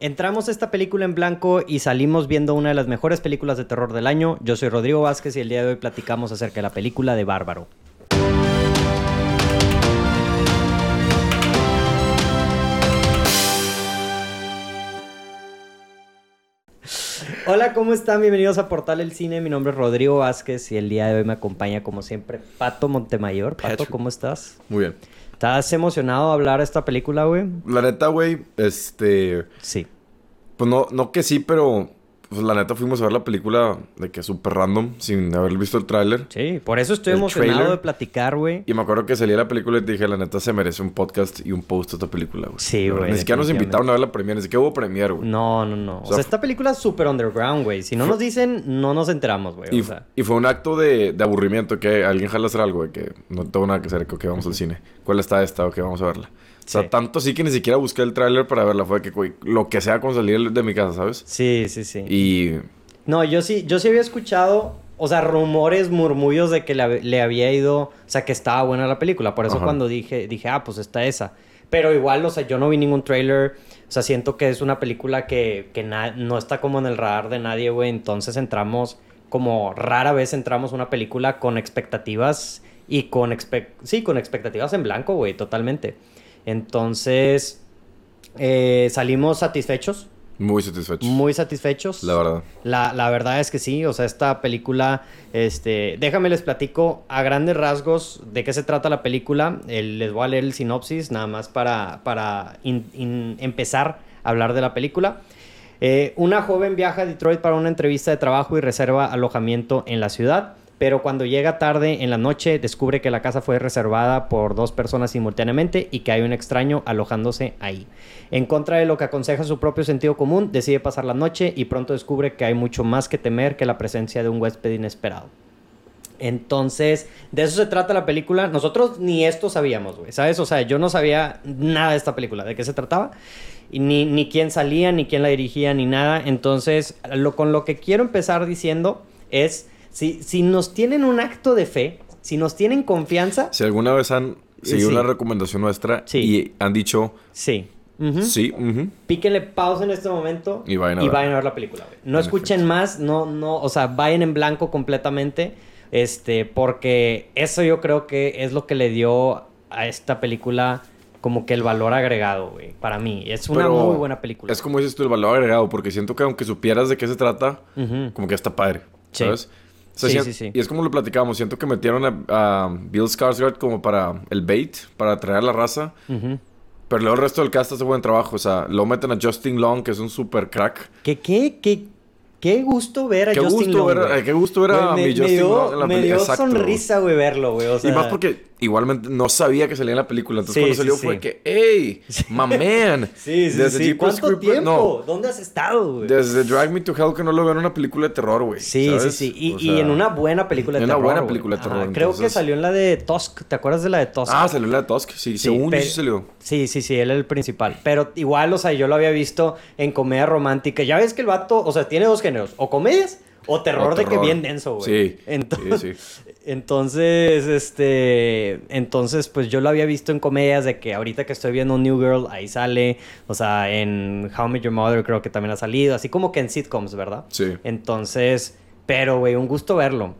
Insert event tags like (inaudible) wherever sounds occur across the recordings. Entramos a esta película en blanco y salimos viendo una de las mejores películas de terror del año. Yo soy Rodrigo Vázquez y el día de hoy platicamos acerca de la película de Bárbaro. Hola, ¿cómo están? Bienvenidos a Portal El Cine. Mi nombre es Rodrigo Vázquez y el día de hoy me acompaña, como siempre, Pato Montemayor. Pato, Patrick. ¿cómo estás? Muy bien. ¿Estás emocionado de hablar de esta película, güey? La neta, güey, este. Sí. Pues no, no que sí, pero. Pues la neta fuimos a ver la película de que súper random, sin haber visto el tráiler. Sí, por eso estoy El emocionado trailer. de platicar, güey. Y me acuerdo que salí de la película y te dije, la neta se merece un podcast y un post esta película, güey. Sí, güey, Ni siquiera nos definitivamente. invitaron a ver la premiere, ni siquiera hubo premiere, güey. No, no, no. O sea, sea, esta película es súper underground, güey. Si no nos dicen, no nos enteramos, güey. Y, O sea, y fue un acto de, de aburrimiento que alguien jala hacer algo, güey, que no tengo nada que hacer, que ok, vamos al cine. ¿Cuál está esta? Ok, vamos a verla. O sea, Sí. tanto sí que ni siquiera busqué el tráiler para verla. Fue que, güey, lo que sea con salir de mi casa, ¿sabes? sí, sí, sí. Y No, yo sí, yo sí había escuchado, o sea, rumores, murmullos de que le, hab- le había ido, o sea, que estaba buena la película. Por eso Ajá. cuando dije, dije, ah, pues está esa. Pero igual, o sea, yo no vi ningún trailer. O sea, siento que es una película que, que na- no está como en el radar de nadie, güey. Entonces entramos, como rara vez entramos a una película con expectativas y con, expe- sí, con expectativas en blanco, güey, totalmente. Entonces, eh, salimos satisfechos, muy satisfecho. muy satisfechos. La verdad. La, la verdad es que sí, o sea, esta película, este, déjame les platico a grandes rasgos de qué se trata la película. El- les voy a leer el sinopsis nada más para, para in- in- empezar a hablar de la película. Eh, una joven viaja a Detroit para una entrevista de trabajo y reserva alojamiento en la ciudad, pero cuando llega tarde en la noche descubre que la casa fue reservada por dos personas simultáneamente y que hay un extraño alojándose ahí. En contra de lo que aconseja su propio sentido común, decide pasar la noche y pronto descubre que hay mucho más que temer que la presencia de un huésped inesperado. Entonces, de eso se trata la película. Nosotros ni esto sabíamos, güey, ¿sabes? O sea, yo no sabía nada de esta película, de qué se trataba, y ni, ni quién salía, ni quién la dirigía, ni nada. Entonces, lo, con lo que quiero empezar diciendo es, si, si nos tienen un acto de fe, si nos tienen confianza, Si alguna vez han seguido Sí. una recomendación nuestra Sí. y han dicho sí. Ujú. sí, ujú", Píquenle pausa en este momento Y vayan a ver. la película. güey. No En escuchen más, no, no, o sea, vayan en blanco completamente, este, porque eso yo creo que es lo que le dio a esta película como que el valor agregado, güey. Para mí, es una Pero muy buena película. es como dices tú, el valor agregado, porque siento que aunque supieras de qué se trata, Ujú. como que está padre, Sí. ¿sabes? O sea, Sí, sien- sí, sí. Y es como lo platicamos, siento que metieron a, a Bill Skarsgård como para el bait, para atraer a la raza, Ujú. pero luego el resto del cast hace buen trabajo, o sea, lo meten a Justin Long, que es un super crack. ¿Qué, qué, qué, qué gusto ver a Qué Justin gusto Long, ver a- güey. qué gusto ver a Güey, mi me, me Justin dio, Long en la me peli- dio Exacto, güey. sonrisa, güey, verlo, güey. o Y más sea, porque igualmente no sabía que salía en la película. Entonces Sí, cuando sí, salió sí. fue que, ¡Ey! ¡My man! (laughs) Sí, sí, sí. Jeepers ¿Cuánto Creepers- tiempo? No, ¿Dónde has estado, güey? desde Drag Me to Hell que no lo veo en una película de terror, güey. Sí, ¿sabes? sí, sí. Y, O y sea, en una buena película de en una terror. buena güey. película de terror, Creo que entonces. salió en la de Tusk. ¿Te acuerdas de la de Tusk? Ah, salió la de Tusk. Sí, según yo pero- sí salió. Sí, sí, sí, él era el principal. Pero igual, o sea, yo lo había visto en comedia romántica. Ya ves que el vato, o sea, tiene dos géneros: o comedias o terror, O de que terror. bien denso, güey. Sí, Entonces, sí, entonces, este. Entonces, pues yo lo había visto en comedias de que ahorita que estoy viendo New Girl, ahí sale. O sea, en How I Met Your Mother creo que también ha salido. Así como que en sitcoms, ¿verdad? Sí. Entonces, pero, güey, un gusto verlo.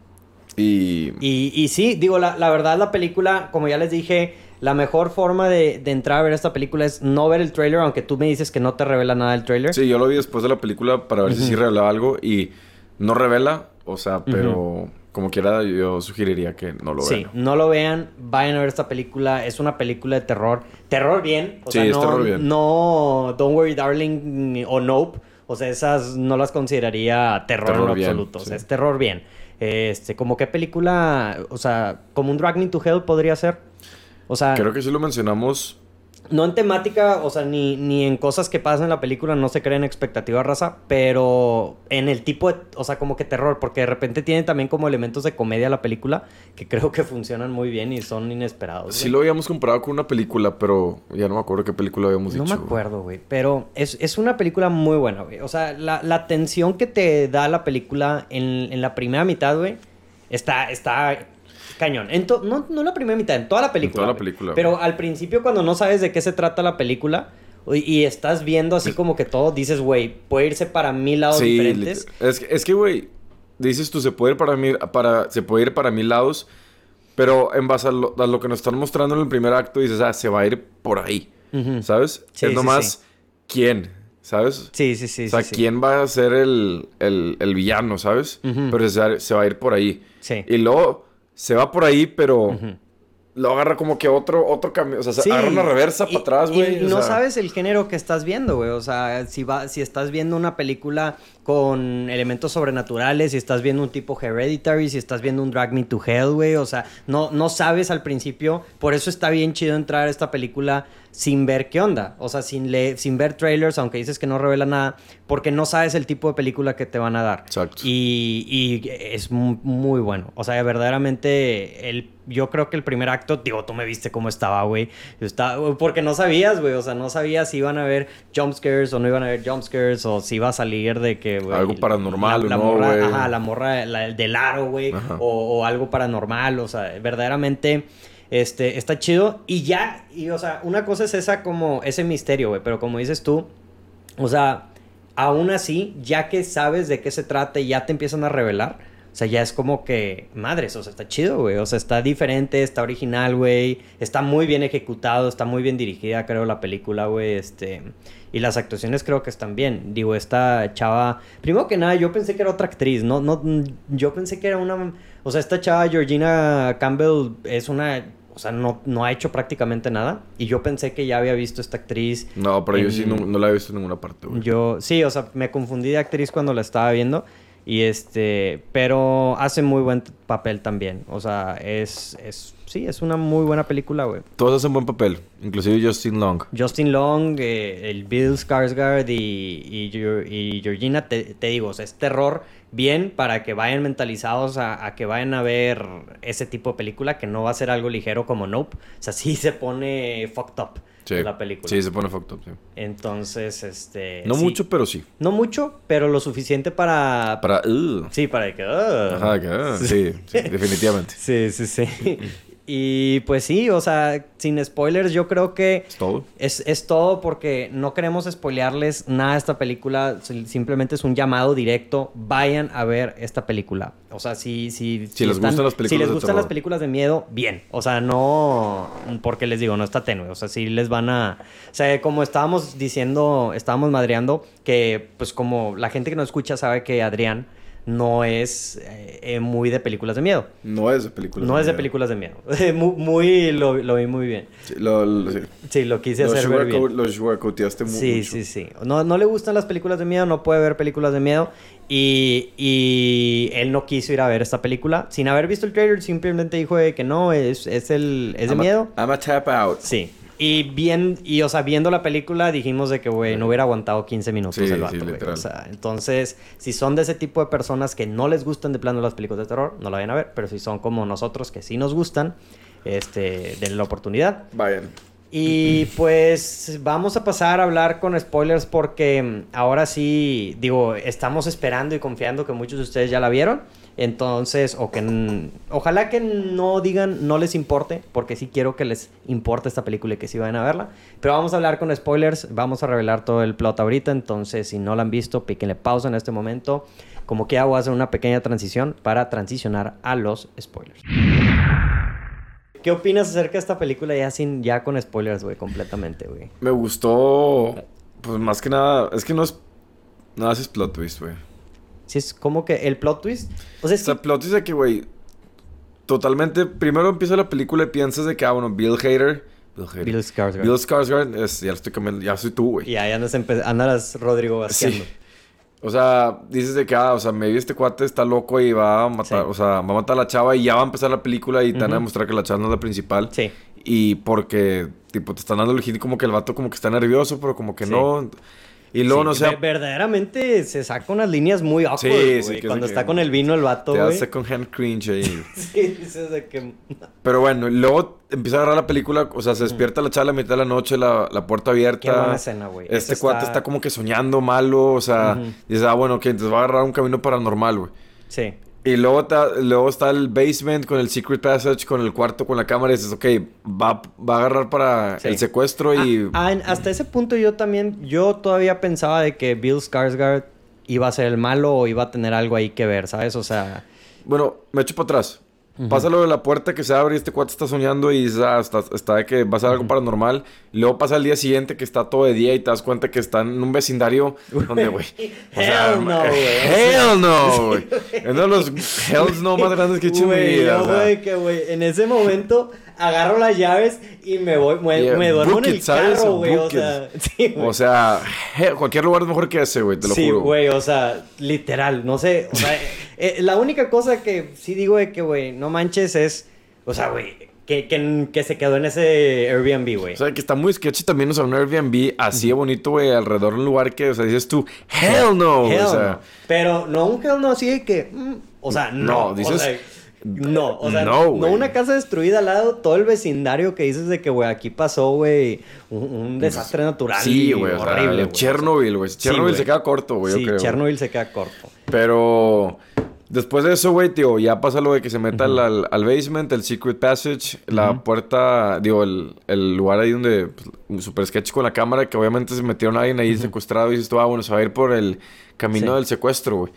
Y... Y, y sí, digo, la, la verdad, la película, como ya les dije, la mejor forma de, de entrar a ver esta película es no ver el trailer, aunque tú me dices que no te revela nada el trailer. Sí, yo lo vi después de la película para ver si sí revelaba algo. Y no revela, o sea, pero... Como quiera, yo sugeriría que no lo Sí, vean. no lo vean, vayan a ver esta película, es una película de terror, terror bien, o Sí, sea, es no, terror bien. no Don't Worry Darling ni- o Nope, o sea, esas no las consideraría terror, en Terror lo bien, absoluto, o sea, sí. es terror bien. Este, como qué película, o sea, como un Drag Me to Hell podría ser. O sea, Creo que sí lo mencionamos No en temática, o sea, ni, ni en cosas que pasan en la película, no se creen expectativa raza, pero en el tipo de, o sea, como que terror, porque de repente tiene también como elementos de comedia la película, que creo que funcionan muy bien y son inesperados. Sí güey. lo habíamos comparado con una película, pero ya no me acuerdo qué película habíamos No dicho. me acuerdo, güey, pero es, es una película muy buena, güey. O sea, la, la tensión que te da la película en, en la primera mitad, güey, está, está cañón. En to- no, no la primera mitad, en toda la película. toda la güey. película, Pero al principio, cuando no sabes de qué se trata la película, Y, y estás viendo así como que todo, dices, güey, puede irse para mil lados Sí, diferentes. lit- es, que- es que, güey, dices tú, se puede ir para, mí, para, se puede ir para mil lados, pero en base a lo, a lo que nos están mostrando en el primer acto, dices, ah, se va a ir por ahí, Ujú. ¿sabes? Sí, es sí, nomás sí. quién, ¿sabes? Sí, sí, sí. o sea, sí, sí. quién va a ser el, el- el villano, ¿sabes? Ujú. Pero se, se va a ir por ahí. Sí. Y luego se va por ahí, pero Ujú. lo agarra como que otro, otro camino. O sea, se Sí, agarra una reversa y- para atrás, y- güey. Y, o no sea, sabes el género que estás viendo, güey. O sea, si, va, si estás viendo una película con elementos sobrenaturales, si estás viendo un tipo Hereditary, si estás viendo un Drag Me to Hell, güey. O sea, no, no sabes al principio. Por eso está bien chido entrar a esta película sin ver qué onda. O sea, sin, le sin ver trailers, aunque dices que no revela nada, porque no sabes el tipo de película que te van a dar. Exacto. Y, y es mu- muy bueno. O sea, verdaderamente, el, yo creo que el primer acto, digo, tú me viste cómo estaba, güey. Yo estaba, porque no sabías, güey. O sea, no sabías si iban a haber jumpscares o no iban a haber jumpscares o si iba a salir de que, güey. Algo paranormal la- la o no, morra- güey. Ajá, la morra la- del aro, güey. Ajá. O, o algo paranormal. O sea, verdaderamente. Este, está chido y ya, y o sea, una cosa es esa como, ese misterio, güey, pero como dices tú, o sea, aún así, ya que sabes de qué se trata y ya te empiezan a revelar, o sea, ya es como que, madres, o sea, está chido, güey. O sea, está diferente, está original, güey. Está muy bien ejecutado, está muy bien dirigida, creo, la película, güey. Este, y las actuaciones creo que están bien. Digo, esta chava, primero que nada, yo pensé que era otra actriz, no, no, yo pensé que era una, o sea, esta chava, Georgina Campbell, es una... O sea, no, no ha hecho prácticamente nada. Y yo pensé que ya había visto esta actriz No, pero yo sí en- no, no la he visto en ninguna parte, güey. yo, sí, o sea, me confundí de actriz cuando la estaba viendo. Y este, pero hace muy buen t- papel también. O sea, es, es, sí, es una muy buena película, güey. Todos hacen buen papel, inclusive Justin Long. Justin Long, eh, el Bill Skarsgård y, y, Geor- y Georgina, te, te digo, o sea, es terror bien para que vayan mentalizados a, a que vayan a ver ese tipo de película, que no va a ser algo ligero como Nope. O sea, sí se pone fucked up Sí. la película. Sí, se pone fucked up, sí. Entonces, este... No sí. mucho, pero sí. No mucho, pero lo suficiente para. Para. "Ugh". Sí, para que. "Ugh". Ajá, que, ah, sí, sí, definitivamente. Sí, sí, (laughs) sí. y pues sí, o sea, sin spoilers, yo creo que. Es todo. Es, es todo porque no queremos spoilearles nada a esta película. si- Simplemente es un llamado directo. Vayan a ver esta película. O sea, si, si, les gustan las si películas les de gustan terror. las películas de miedo, bien. O sea, no. Porque les digo, no está tenue. O sea, sí les van a. O sea, como estábamos diciendo, estábamos madreando, que pues como la gente que nos escucha sabe que Adrián no es eh, eh, muy de películas de miedo. No es de películas. No es de películas de miedo. (laughs) muy, muy- lo, lo vi muy bien. lo, lo, sí. Sí, lo quise Lo hacer ver bien. sugarcoat- lo sugarcoateaste mu- Sí, mucho. sí, sí. No, no le gustan las películas de miedo, no puede ver películas de miedo. Y, y él no quiso ir a ver esta película. Sin haber visto el trailer, simplemente dijo de que no, es, es, el, es de I'm a- miedo. I'm a tap out. Sí. Y, bien, y, o sea, viendo la película dijimos de que, güey, no hubiera aguantado 15 minutos Sí, el vato, sí, güey. literal. O sea, entonces, si son de ese tipo de personas que no les gustan de plano las películas de terror, no la vayan a ver. Pero si son como nosotros que sí nos gustan, este, denle la oportunidad. Vayan. Y pues vamos a pasar a hablar con spoilers porque mm, ahora sí, digo, estamos esperando y confiando que muchos de ustedes ya la vieron. Entonces, o que n- ojalá que no digan, no les importe, porque sí quiero que les importe esta película y que sí vayan a verla. Pero vamos a hablar con spoilers, vamos a revelar todo el plot ahorita. Entonces, si no la han visto, píquenle pausa en este momento. Como que hago, hacer una pequeña transición para transicionar a los spoilers. ¿Qué opinas acerca de esta película ya sin ya con spoilers, güey, completamente, güey? Me gustó. Pues más que nada. Es que no es. Nada, es plot twist, güey. Sí, es como que el plot twist. O sea, O es sea, que, plot twist de que, güey. Totalmente. Primero empieza la película y piensas de que, ah, bueno, Bill Hader. Bill Hader. Bill Skarsgård. Bill Skarsgård. es- ya lo estoy cambiando. Ya soy tú, güey. Y ahí andas, empe- andas Rodrigo Sí. Basqueando. O sea, dices de que, ah, o sea, maybe este cuate está loco y va a matar, Sí. o sea, va a matar a la chava y ya va a empezar la película y te van a Ujú. demostrar que la chava no es la principal. Sí. Y porque, tipo, te están dando el hit como que el vato como que está nervioso, pero como que Sí. no. Y luego, Sí, no que sé, ve- Verdaderamente se saca unas líneas muy awkward, Sí, güey. sí, que es Cuando de está que- con el vino el vato, te da güey. second hand cringe ahí. (laughs) Sí, dices de que... pero bueno, y luego empieza a agarrar la película, o sea, se despierta la chava a la mitad de la noche, la, la puerta abierta. Qué buena escena, güey. Este Eso cuate está como que soñando malo, o sea, Ujú. dices, ah, bueno, que entonces va a agarrar un camino paranormal, güey. Sí. Y luego, ta- luego está el basement con el secret passage, con el cuarto, con la cámara. Y dices, ok, va, va a agarrar para Sí. el secuestro y... Ah, ah, hasta ese punto yo también, yo todavía pensaba de que Bill Skarsgård iba a ser el malo o iba a tener algo ahí que ver, ¿sabes? O sea, Bueno, me echo para atrás. Pasa lo de la puerta que se abre y este cuate está soñando y dices, ah, está, está de que va a ser algo paranormal. Y luego pasa el día siguiente que está todo de día y te das cuenta que están en un vecindario (laughs) donde, güey. o sea, Hell no, eh, güey. Hell no, güey. Es uno de los hells no más grandes que he hecho en mi Güey, vida, yo, o sea. güey, que güey, en ese momento agarro las llaves y me voy, me, Yeah, me duermo en book el it, ¿sabes? carro, güey. O Book it. sea, (laughs) sí, güey. O sea, he- cualquier lugar es mejor que ese, güey, te lo sí, juro. güey, o sea, literal, no sé, (laughs) o sea, eh, eh, la única cosa que sí digo de que, güey, no manches es, o sea, güey, que, que, que se quedó en ese Airbnb, güey. O sea, que está muy sketchy también, o sea, un Airbnb así de bonito, güey, alrededor de un lugar que, o sea, dices tú, hell no, güey, Hell o sea, no. Pero no un hell no así de que, mm, o sea, no. No, dices, o sea, no, o sea, no, no, güey. una casa destruida al lado, todo el vecindario que dices de que, güey, aquí pasó, güey, un, un desastre natural. Pues, Sí, y güey, o sea, horrible. güey. Chernobyl, güey. Chernobyl güey. se queda corto, güey, sí, yo creo. Chernobyl se queda corto. Pero después de eso, güey, tío, ya pasa lo de que se meta al- al, al basement, el secret passage, la puerta, digo, el, el lugar ahí donde pues, un super sketch con la cámara, que obviamente se metieron a alguien ahí secuestrado y dices tú, ah, bueno, se va a ir por el camino Sí. del secuestro, güey.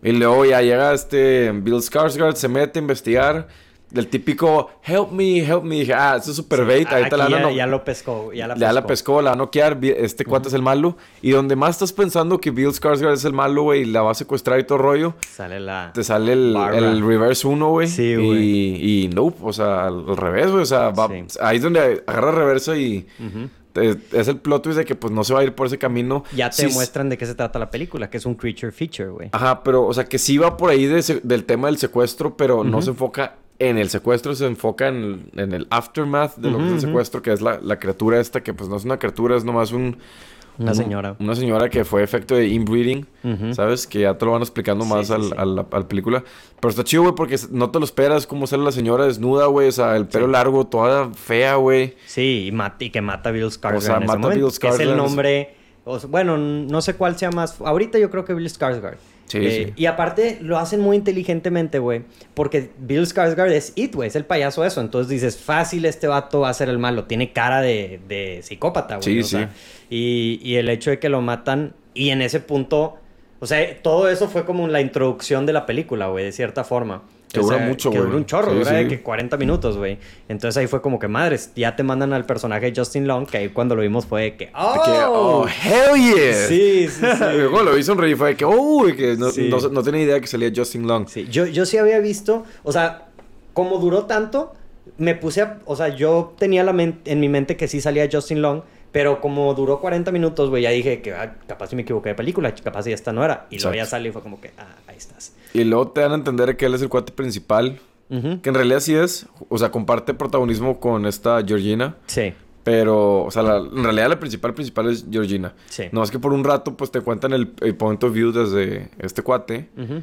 Y luego ya llega este Bill Skarsgård, se mete a investigar. El típico, help me, help me. Dije, ah, eso es super bait. Ah, ahorita la aquí van a ya, no- ya lo pescó, güey, ya la pescó. ya la pescó, la va a noquear. vi- Este cuate es el malo. Y donde más estás pensando que Bill Skarsgård es el malo, güey, y la va a secuestrar y todo rollo, Sale la... te sale el, Barbara. el reverse 1, güey. Sí, Y, y nope, o sea, al al revés, güey. O sea, va- Sí. ahí es donde agarra reverso y te- es el plot twist de que pues no se va a ir por ese camino. Ya te Sí, Ah, muestran de qué se trata la película, que es un creature feature, güey. Ajá, pero, o sea, que sí va por ahí de se- del tema del secuestro, pero no se enfoca en el secuestro, se enfoca en, en el aftermath de lo que es el secuestro, que es la, la criatura esta, que pues no es una criatura, es nomás un... Una un- señora. Una señora que fue efecto de inbreeding, ¿sabes? Que ya te lo van explicando Sí, más sí, al, sí. A, la, a la película. Pero está chido, güey, porque no te lo esperas cómo sale la señora desnuda, güey. O sea, el pelo largo, toda fea, güey. Sí, y, mata- y que mata a Bill Skarsgård. O sea, en ese mata a momento, Bill que Es Skarsgård. el nombre. o sea, bueno, no sé cuál sea más. Ahorita yo creo que Bill Skarsgård. Eh, Sí, sí. Y aparte lo hacen muy inteligentemente, güey. Porque Bill Skarsgård es it, güey. Es el payaso eso. Entonces dices, fácil, este vato va a ser el malo. Tiene cara de, de psicópata, güey. Sí, o sí. sea, y, y el hecho de que lo matan. Y en ese punto. O sea, todo eso fue como la introducción de la película, güey, de cierta forma. Que O dura sea, mucho, Que güey. dura un chorro, Sí, dura de sí. que 40 minutos, güey. Entonces ahí fue como que madres, ya te mandan al personaje de Justin Long, que ahí cuando lo vimos fue de que ¡Oh! Que, oh, hell yeah. Sí, sí, (laughs) Y sí. luego lo vi sonreír, fue de que, uy, que no, Sí. no- no tenía idea que salía Justin Long. Sí, yo, yo sí había visto, o sea, como duró tanto, me puse a, o sea, yo tenía la men- en mi mente que sí salía Justin Long, pero como duró 40 minutos, güey, ya dije que ah, capaz si me equivoqué de película, capaz si esta no era. Y luego ya Exacto. salí y fue como que, ah, ahí estás. Y luego te dan a entender que él es el cuate principal. Ujú. Que en realidad sí es. O sea, comparte protagonismo con esta Georgina. Sí. Pero, o sea, la- en realidad la principal principal es Georgina. Sí. No es que por un rato, pues te cuentan el, el point of view desde este cuate. Ujú.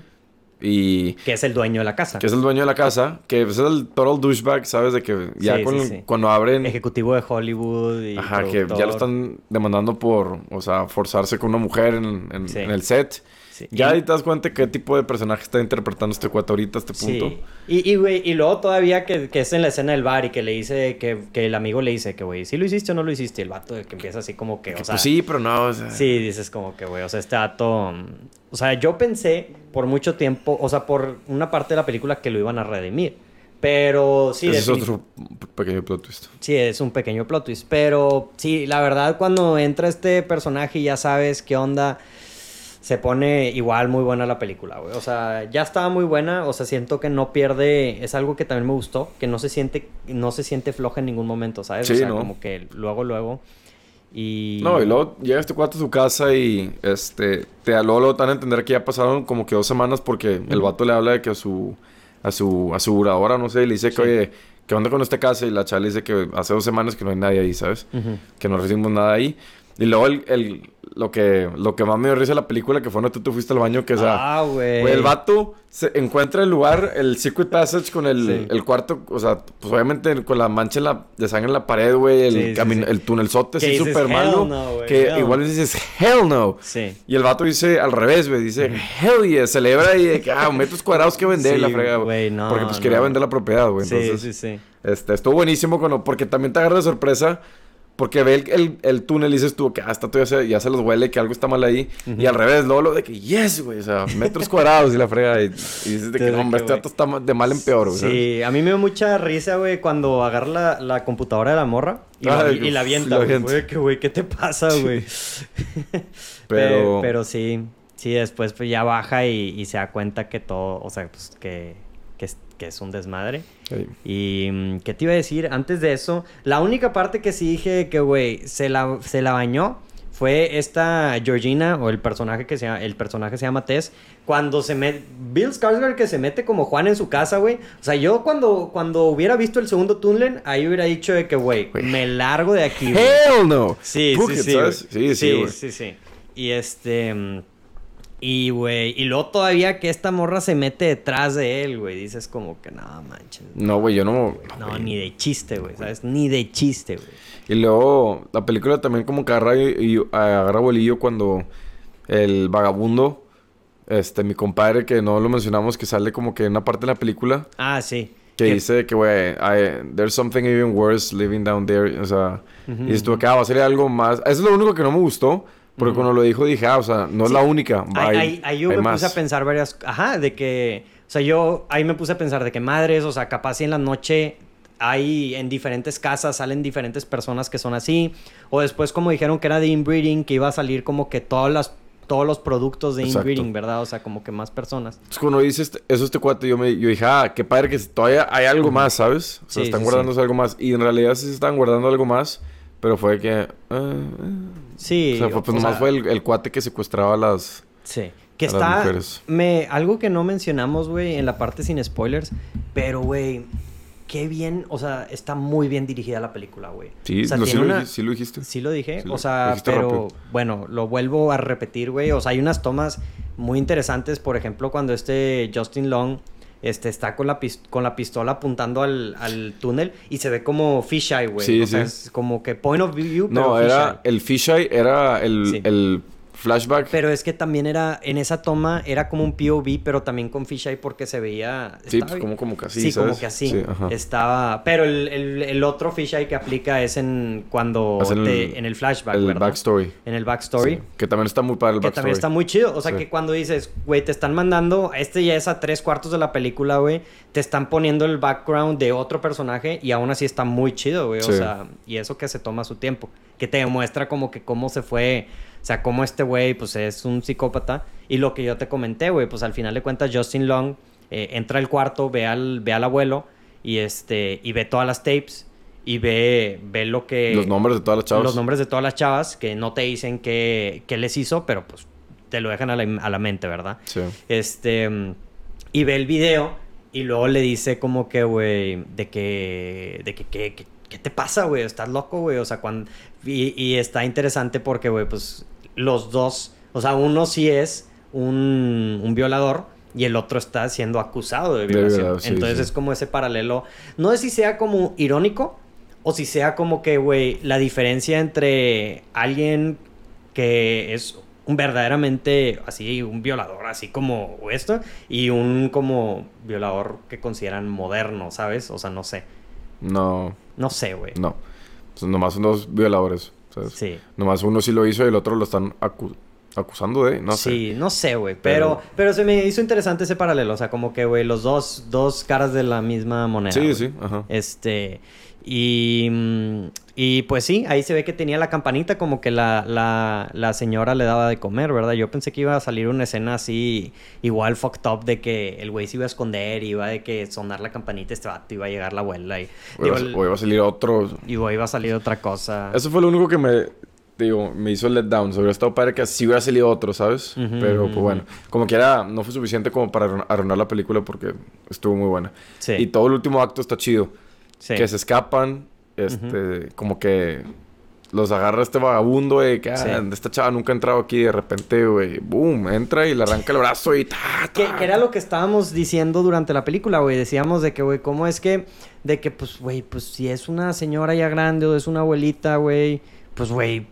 Y Que es el dueño de la casa. que es el dueño de la casa. Que pues, es el total douchebag, ¿sabes? De que ya Sí, con- sí, sí. cuando abren. Ejecutivo de Hollywood y Ajá, que ya productor. lo están demandando por, o sea, forzarse con una mujer en, en- Sí. en el set. Sí. Ya Y- ahí te das cuenta qué tipo de personaje está interpretando este cuate ahorita, a este punto. Sí. Y, y, güey, y luego todavía que, que es en la escena del bar y que le dice, que, que el amigo le dice que, güey, ¿sí lo hiciste o no lo hiciste? El vato que empieza así como que, o Que, sea... pues sí, pero no, o sea, Sí, dices como que, güey, o sea, este vato... mm, O sea, yo pensé por mucho tiempo, o sea, por una parte de la película que lo iban a redimir. Pero sí, ese es definit- otro p- pequeño plot twist. Sí, es un pequeño plot twist. Pero sí, la verdad, cuando entra este personaje y ya sabes qué onda, se pone igual muy buena la película, güey. O sea, ya estaba muy buena. O sea, siento que no pierde. Es algo que también me gustó, que no se siente, no se siente floja en ningún momento, ¿sabes? o Sí, sea, ¿no? como que luego, luego. Y. No, y luego llega este cuate a su casa y este te luego, luego te dan a entender que ya pasaron como que dos semanas porque el vato le habla de que a su a su aseguradora, no sé, y le dice que oye, ¿qué onda con esta casa? Y la chava le dice que hace dos semanas que no hay nadie ahí, ¿sabes? Ujú. Que no recibimos nada ahí. Y luego el, el- lo, que, lo que más me dio risa de la película, que fue cuando tú te fuiste al baño, que o sea, ah, güey. Güey, el vato se encuentra el lugar, el Secret Passage con el, Sí. el cuarto, o sea, pues obviamente con la mancha en la- de sangre en la pared, güey, el, Sí, sí, camin- sí. el tunelzote Que así dices, súper "Hell malo. no, güey, que hell igual no". dices, hell no. Sí. Y el vato dice al revés, güey, dice, hell yeah, celebra y de que, ah, metros cuadrados que vender Sí, la fregada. güey, no, porque pues no. quería vender la propiedad, güey. Sí, entonces, sí, sí. este, estuvo buenísimo cuando, porque también te agarra de sorpresa. Porque ve el, el- el túnel y dices tú que hasta tú ya se, ya se los huele, que algo está mal ahí. Y al revés, Lolo, de que yes, güey, o sea, metros cuadrados y la frega. Y, y dices de que, Entonces, no, hombre, que, este güey. dato está ma- de mal en peor, güey. ¿sabes? Sí, a mí me dio mucha risa, güey, cuando agarra la, la computadora de la morra y, la, Ay, y la la avienta. güey. avienta. Güey, que, güey, ¿qué te pasa, güey? (laughs) Pero- Pero... pero sí, sí, después pues ya baja y, y se da cuenta que todo, o sea, pues que, que, es, que es un desmadre. Ey. Y mm, qué te iba a decir antes de eso, la única parte que sí dije que güey se la, se la bañó fue esta Georgina o el personaje que se llama, el personaje se llama Tess cuando se mete Bill Skarsgård que se mete como Juan en su casa, güey. O sea, yo cuando cuando hubiera visto el segundo túnel, ahí hubiera dicho de que güey, Güey. me largo de aquí. güey. Hell no. Sí, Book sí, it, sí, ¿sabes? güey. Sí, sí, güey. sí, sí. Y este. mm, Y, güey. Y luego todavía que esta morra se mete detrás de él, güey. Dices como que no manches. No, güey, yo no. No, güey. ni de chiste, güey. ¿Sabes? Ni de chiste, güey. Y luego la película también como que agarra, y, y agarra bolillo cuando el vagabundo, este, mi compadre, que no lo mencionamos, que sale como que en una parte de la película. Ah, sí. Que Que- dice que, güey, I- there's something even worse living down there. O sea, y esto acá va a ser algo más. Eso es lo único que no me gustó. Porque cuando lo dijo dije, ah, o sea, no es la única. Ahí, va, hay- ahí- ahí yo hay me más. puse a pensar varias... Ajá, de que... O sea, yo ahí me puse a pensar de que madres, o sea, capaz si en la noche hay en diferentes casas salen diferentes personas que son así. O después como dijeron que era de inbreeding, que iba a salir como que todas las, todos los productos de Exacto. inbreeding, ¿verdad? O sea, como que más personas. Entonces, cuando dice este- eso este cuate, yo, me, yo dije, ah, qué padre que todavía hay algo más, ¿sabes? O sea, Sí, están sí, guardándose algo más. Y en realidad sí se están guardando algo más. Pero fue que... eh, eh. Sí. o sea, fue, pues o nomás sea, fue el, el cuate que secuestraba a las... Sí. Que a las está. mujeres. Me, algo que no mencionamos, güey, en la parte sin spoilers. Pero, güey, qué bien. O sea, está muy bien dirigida la película, güey. Sí, o sea, lo, sí, tiene lo, una- dij- sí lo dijiste. Sí lo dije, Sí lo- o sea, dijiste pero rápido. bueno, lo vuelvo a repetir, güey. O sea, hay unas tomas muy interesantes, por ejemplo, cuando este Justin Long este, está con la, pis- con la pistola apuntando al, al túnel y se ve como fisheye, güey. Sí, o sea, sí. es como que point of view, pero No, era... fisheye. El fisheye era el, Sí. el flashback. Pero es que también era, en esa toma era como un POV, pero también con fisheye porque se veía... Sí, estaba pues bien- como, como que así, sí, ¿sabes? como que así. Sí, ajá. estaba. Pero el, el- el otro fisheye que aplica es en cuando Hacen Ah, el- te- en el flashback, el ¿verdad? backstory. En el backstory. Sí, Que también está muy padre el Que backstory. también está muy chido. O sea, Sí. que cuando dices, güey, te están mandando, este ya es a tres cuartos de la película, güey, te están poniendo el background de otro personaje y aún así está muy chido, güey. Sí. O sea, y eso que se toma su tiempo, que te demuestra como que cómo se fue, o sea, cómo este güey, pues es un psicópata. Y lo que yo te comenté, güey, pues al final de cuentas, Justin Long eh, entra al cuarto, ve al, ve al abuelo y, este, y ve todas las tapes y ve, ve lo que... Los nombres de todas las chavas. eh, Los nombres de todas las chavas que no te dicen qué, qué les hizo, pero pues te lo dejan a la, a la mente, ¿verdad? Sí. Este. mm, Y ve el video y luego le dice como que, güey, de que. de que, que- que- ¿qué te pasa, güey? Estás loco, güey. O sea, cuando. Y, y está interesante porque, güey, pues los dos. O sea, uno sí es un, un violador. Y el otro está siendo acusado de De violación. violado, sí, Entonces sí. es como ese paralelo. No sé si sea como irónico, o si sea como que, güey, la diferencia entre alguien que es un verdaderamente así, un violador así como esto, y un como violador que consideran moderno, ¿sabes? O sea, no sé. No, No sé, güey. no. Pues nomás son dos violadores. ¿sabes? Sí. Nomás uno sí lo hizo y el otro lo están acu- acusando de. No sé. Sí, no sé, güey. Pero, pero, se me hizo interesante ese paralelo. O sea, como que, güey, los dos, dos caras de la misma moneda. Sí, güey. sí, ajá. Este. Y, mm, y pues sí, ahí se ve que tenía la campanita, como que la, la, la señora le daba de comer, ¿verdad? Yo pensé que iba a salir una escena así, igual fucked up, de que el güey se iba a esconder, iba de que sonar la campanita, este vato iba a llegar la abuela y. O iba, digo, el- o iba a salir otro. y güey, iba a salir otra cosa. Eso fue lo único que me. Digo, me hizo el letdown. Sobre estado padre que así hubiera salido otro, ¿sabes? Ujú, Pero ujú, pues bueno. Como que era. No fue suficiente como para arruin- arruinar la película porque estuvo muy buena. Sí. Y todo el último acto está chido. sí. que se escapan, este, como que los agarra este vagabundo, güey, que ah, esta chava nunca ha entrado aquí, de repente, güey, boom, entra y le arranca el brazo y ta, ta. Que, que era lo que estábamos diciendo durante la película, güey. Decíamos de que, güey, ¿cómo es que, de que, pues, güey, pues si es una señora ya grande o es una abuelita, güey, pues, güey,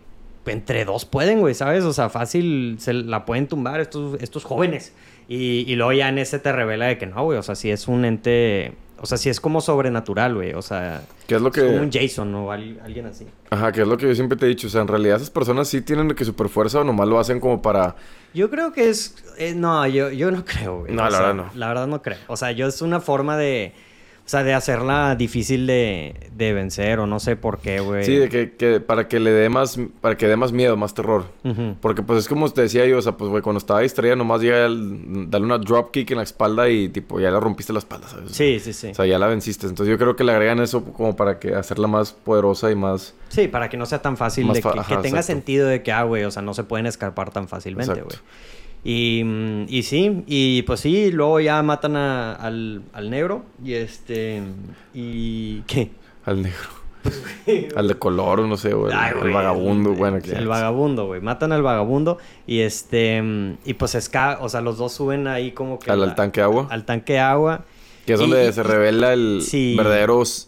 entre dos pueden, güey, ¿sabes? O sea, fácil se la pueden tumbar estos, estos jóvenes. Y, y luego ya en ese te revela de que no, güey, o sea, si es un ente, o sea, si es como sobrenatural, güey, o sea, ¿Qué es lo que...? como un Jason o al- alguien así. Ajá, que es lo que yo siempre te he dicho. O sea, en realidad esas personas sí tienen que super fuerza o nomás lo hacen como para... Yo creo que es. eh, no, yo, yo no (laughs) creo, güey. No, O la sea, verdad no. La verdad no creo. O sea, yo es una forma de. O sea, de hacerla difícil de, de vencer o no sé por qué, güey. Sí, de que, que para que le dé más... Para que dé más miedo, más terror. Ujú. Porque pues es como te decía yo, o sea, pues güey, cuando estaba distraída nomás llega el... Dale una drop kick en la espalda y tipo ya le rompiste la espalda, ¿sabes? Sí, sí, sí. O sea, ya la venciste. Entonces yo creo que le agregan eso como para que hacerla más poderosa y más... Sí, para que no sea tan fácil, Más de que, fa- que ajá, tenga exacto. sentido de que, ah, güey, o sea, no se pueden escapar tan fácilmente, Exacto. güey. Y, mm, y sí, y pues sí, luego ya matan a- al, al negro y este. ¿Y qué? (laughs) Al negro. al de color, o no sé, güey. Ay, Al güey, Pues, vagabundo, el- bueno. El, que ya- vagabundo, güey. Matan al vagabundo y este. mm, Y pues esca o sea, los dos suben ahí como que. Al, la- al tanque de agua. Al tanque de agua. Que es Y- donde y- se revela el Sí. verdadero, s-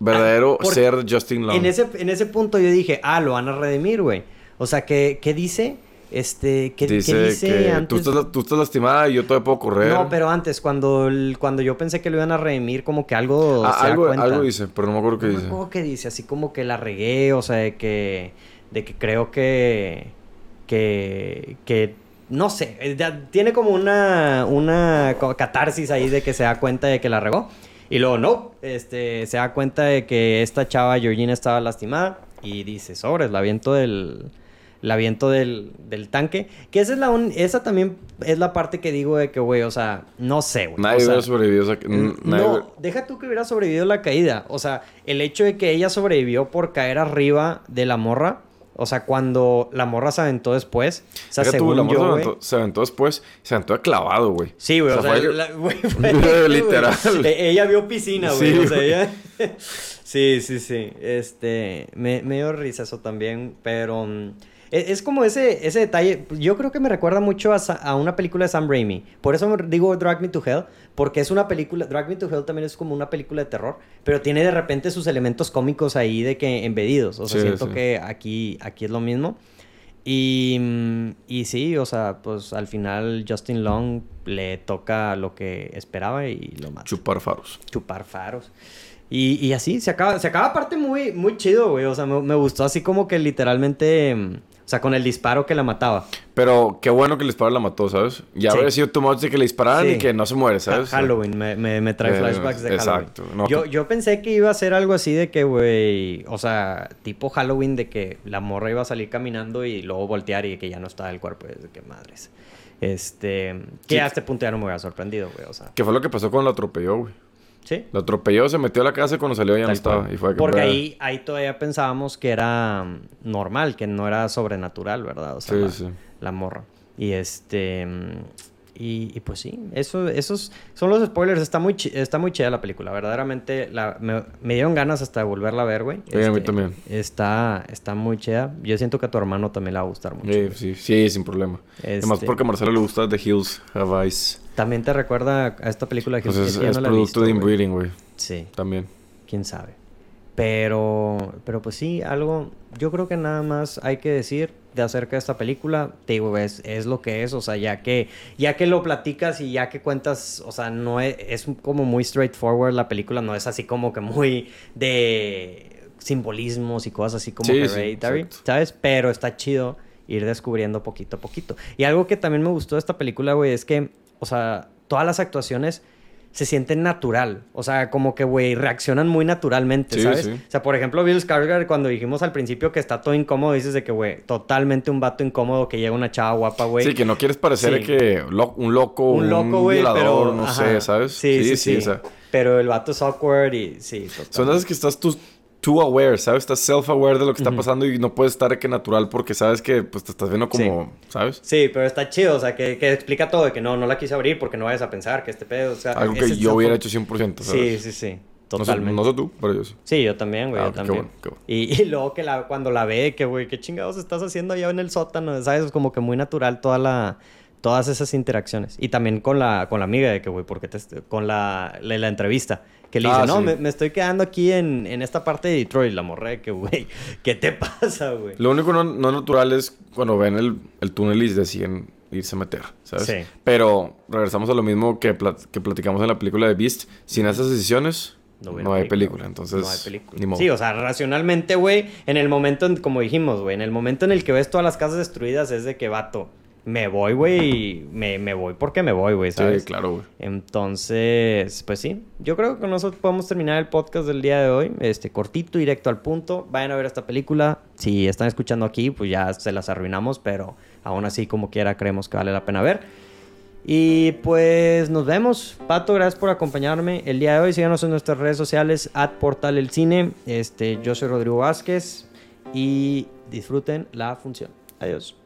verdadero Ah, porque ser Justin Long. En ese, en ese punto yo dije, ah, lo van a redimir, güey. O sea, ¿qué, qué dice? Este, ¿qué qué dice, dice que tú, antes? estás, tú estás lastimada y yo todavía puedo correr. No, pero antes, cuando, el- cuando yo pensé que lo iban a redimir, como que algo. Ah, se da algo, cuenta. algo dice, pero no me acuerdo qué No me dice. acuerdo qué dice, así como que la regué, o sea, de que, de que creo que, que, que, no sé, eh, da- tiene como una, una co- catarsis ahí de que se da cuenta de que la regó. Y luego no, este, se da cuenta de que esta chava Georgina estaba lastimada y dice, sobres, la viento del... La viento del, del tanque. Que esa es la un- esa también es la parte que digo de que, güey, o sea, no sé, güey. Nadie o sea, hubiera sobrevivido. o sea, que- n- nadie no, hubiera- deja tú que hubiera sobrevivido la caída. O sea, el hecho de que ella sobrevivió por caer arriba de la morra. O sea, cuando la morra se aventó después. O sea, Deja tú, según la morra yo, se, güey- aventó, se aventó después, se aventó de clavado, güey. Sí, güey. O, O sea, sea, fue- la- güey, (laughs) fue- Literal. güey. E- Ella vio piscina, güey. Sí, o sea, güey. ella- (laughs) sí, sí, sí. Este, me, me dio risa eso también, pero... mm, e- Es como ese, ese detalle, yo creo que me recuerda mucho a, Sa- a una película de Sam Raimi. Por eso me- digo Drag Me to Hell, porque es una película, Drag Me to Hell también es como una película de terror, pero tiene de repente sus elementos cómicos ahí de que embedidos. O sea, Sí, siento sí. que aquí, aquí es lo mismo. Y, mm, y sí, o sea, pues al final Justin Long le toca lo que esperaba y lo mata. Chupar faros. Chupar faros. Y, y así, se acaba, se acaba parte muy, muy chido, güey. O sea, me, me gustó así como que literalmente, mm, o sea, con el disparo que la mataba. Pero qué bueno que el disparo la mató, ¿sabes? Ya Sí. habría sido tu de que le dispararan Sí. y que no se muere, ¿sabes? Ha- Halloween, me, me- me trae Eh, flashbacks de exacto. Halloween. No, yo, que- yo pensé que iba a ser algo así de que, güey, o sea, tipo Halloween de que la morra iba a salir caminando y luego voltear y que ya no estaba el cuerpo. Es de que madres. Este, que Sí. a este punto ya no me hubiera sorprendido, güey, o sea. Que fue lo que pasó cuando lo atropelló, güey. Sí. Lo atropelló, se metió a la casa y cuando salió ya no Tal estaba. cual. Y fue de que, Porque "Bruh". ahí, ahí todavía pensábamos que era mm, normal, que no era sobrenatural, ¿verdad? O sea, Sí, la, sí. la morra. Y este. mm, Y, y pues sí, eso, esos son los spoilers. Está muy, chi- está muy chida la película. Verdaderamente la, me, me dieron ganas hasta de volverla a ver, güey. Este, Sí, a mí también. Está, está muy chida. Yo siento que a tu hermano también le va a gustar mucho. Sí, sí, sí, sin problema. Además, Este- porque a Marcelo le gusta The Hills Have Eyes. También te recuerda a esta película que Entonces, que yo Pues es no la he visto, producto de güey. inbreeding, güey. Sí. También. quién sabe. Pero, pero pues sí, algo, yo creo que nada más hay que decir de acerca de esta película, te digo, es, es lo que es, o sea, ya que, ya que lo platicas y ya que cuentas, o sea, no es, es como muy straightforward la película, no es así como que muy de simbolismos y cosas así como Sí, sí, Hereditary, exacto. ¿sabes? Pero está chido ir descubriendo poquito a poquito. Y algo que también me gustó de esta película, güey, es que, o sea, todas las actuaciones se sienten natural. O sea, como que, güey, reaccionan muy naturalmente, Sí, ¿sabes? sí. O sea, por ejemplo, Bill Skarsgård, cuando dijimos al principio que está todo incómodo, dices de que, güey, totalmente un vato incómodo que llega una chava guapa, güey. Sí, que no quieres parecer Sí. que lo- un loco, Un loco, güey, violador, pero... no ajá. sé, ¿sabes? Sí, sí, sí. o sea, Pero el vato es awkward y... Sí, total. son esas que estás tú too aware, ¿sabes? Estás self aware de lo que está pasando y no puedes estar que natural porque sabes que pues te estás viendo como, ¿sabes? Sí, pero está chido, o sea, que, que explica todo, de que no, no la quise abrir porque no vayas a pensar que este pedo, o sea... Algo ese que yo hubiera self- hecho 100%, ¿sabes? Sí, sí, sí. No sé, Totalmente. no sé tú, pero yo sí. Sí, yo también, güey, Ah, yo qué también. bueno, qué bueno. Y, y luego que la, cuando la ve, que, güey, qué chingados estás haciendo allá en el sótano, ¿sabes? Es como que muy natural toda la, todas esas interacciones. Y también con la, con la amiga, de que, güey, porque te, est- con la, la, la entrevista, que le Ah, dice, no, sí. me, me estoy quedando aquí en, en esta parte de Detroit, la morré, que, güey, (laughs) ¿qué te pasa, güey? Lo único no, no natural es cuando ven el, el túnel y deciden irse a meter, ¿sabes? Sí. Pero regresamos a lo mismo que, plat- que platicamos en la película de Beast. Sin esas decisiones, no, hubiera hay película. Entonces, No hay película. ni modo. Sí, o sea, racionalmente, güey, en el momento, en- como dijimos, güey, en el momento en el que ves todas las casas destruidas es de que, vato, me voy, güey, y me, me voy porque me voy, güey, Sí, ¿sabes? claro, güey. Entonces, pues sí, yo creo que con eso podemos terminar el podcast del día de hoy. Este, cortito, directo al punto. Vayan a ver esta película. Si están escuchando aquí, pues ya se las arruinamos, pero aún así, como quiera, creemos que vale la pena ver. Y pues nos vemos. Pato, gracias por acompañarme el día de hoy. Síganos en nuestras redes sociales, at Portal El Cine. Este, yo soy Rodrigo Vázquez y disfruten la función. Adiós.